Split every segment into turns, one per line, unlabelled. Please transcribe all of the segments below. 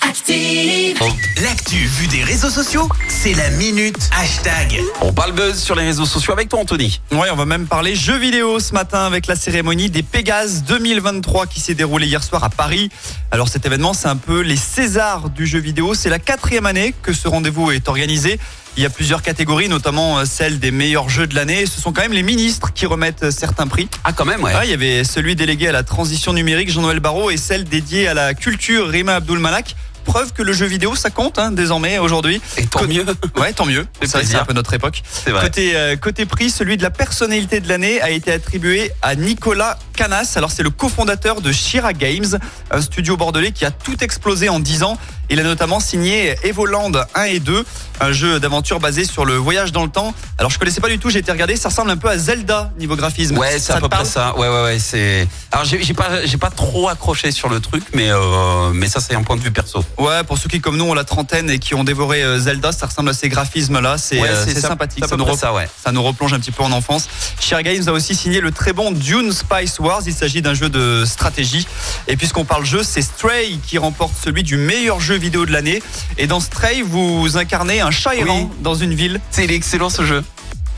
Active.
L'actu vue des réseaux sociaux, c'est la minute hashtag.
On parle buzz sur les réseaux sociaux avec toi, Anthony.
Ouais, on va même parler jeux vidéo ce matin avec la cérémonie des Pégases 2023 qui s'est déroulée hier soir à Paris. Alors cet événement, c'est un peu les Césars du jeu vidéo. C'est la quatrième année que ce rendez-vous est organisé. Il y a plusieurs catégories, notamment euh, celle des meilleurs jeux de l'année. Ce sont quand même les ministres qui remettent euh, certains prix.
Ah, quand même, ouais.
Ah, il y avait celui délégué à la transition numérique, Jean-Noël Barrot, et celle dédiée à la culture, Rima Abdul-Malak. Preuve que le jeu vidéo, ça compte hein, désormais aujourd'hui.
Et tant
Co-
mieux,
Ouais, tant mieux.
Fait
C'est vrai que c'est
plaisir.
un peu notre époque.
c'est vrai.
Côté, euh, côté prix, celui de la personnalité de l'année a été attribué à Nicolas Canas. Alors, c'est le cofondateur de Shira Games, un studio bordelais qui a tout explosé en 10 ans. Il a notamment signé Evoland 1 et 2, un jeu d'aventure basé sur le voyage dans le temps. Alors, je connaissais pas du tout, j'ai été regardé, ça ressemble un peu à Zelda niveau graphisme.
Ouais, c'est à
te
peu près
parle
ça. Ouais, ouais, ouais. C'est. Alors, j'ai j'ai pas, j'ai pas trop accroché sur le truc, mais euh, mais ça, c'est un point de vue perso.
Ouais, pour ceux qui, comme nous, ont la trentaine et qui ont dévoré euh, Zelda, ça ressemble à ces graphismes-là. C'est
Ouais,
euh, c'est
ça-
sympathique.
c'est à peu
nous
près
reprend-
ça, ouais.
Ça nous replonge un petit peu en enfance. Cher Games a aussi signé le très bon Dune Spice Wars. Il s'agit d'un jeu de stratégie. Et puisqu'on parle jeu, c'est Stray qui remporte celui du meilleur jeu vidéo de l'année. Et dans Stray, vous incarnez un chat errant
Oui.
dans une ville.
C'est il est excellent ce jeu.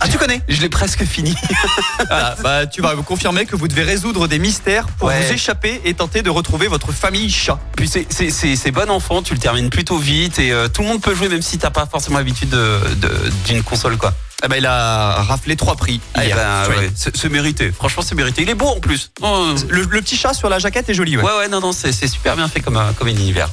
Ah, tu connais
Je l'ai presque fini.
Voilà, bah, Tu vas vous confirmer que vous devez résoudre des mystères pour
Ouais.
vous échapper et tenter de retrouver votre famille chat.
Puis c'est- c'est c'est- c'est bon enfant, tu le termines plutôt vite et euh, tout le monde peut jouer même si t'as pas forcément l'habitude de- de- d'une console quoi.
Eh ben, il a raflé trois prix.
Ah,
hier,
ben,
Stray.
ouais, c'est c'est mérité. Franchement, c'est mérité. Il est beau en plus. Oh,
le, le petit chat sur la jaquette est joli. ouais.
Ouais, ouais, non, non, c'est c'est super bien fait comme, euh, comme un univers.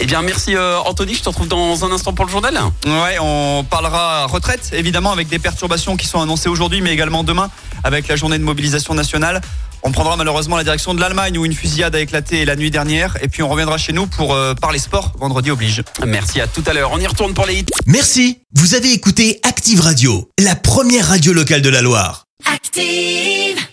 Eh bien, merci euh, Anthony, je te retrouve dans un instant pour le journal.
Ouais, on parlera retraite, évidemment, avec des perturbations qui sont annoncées aujourd'hui, mais également demain, avec la journée de mobilisation nationale. On prendra malheureusement la direction de l'Allemagne, où une fusillade a éclaté la nuit dernière. Et puis on reviendra chez nous pour euh, parler sport, vendredi oblige.
Merci à tout à l'heure. On y retourne pour les hits.
Merci, vous avez écouté Active Radio, la première radio locale de la Loire.
Active.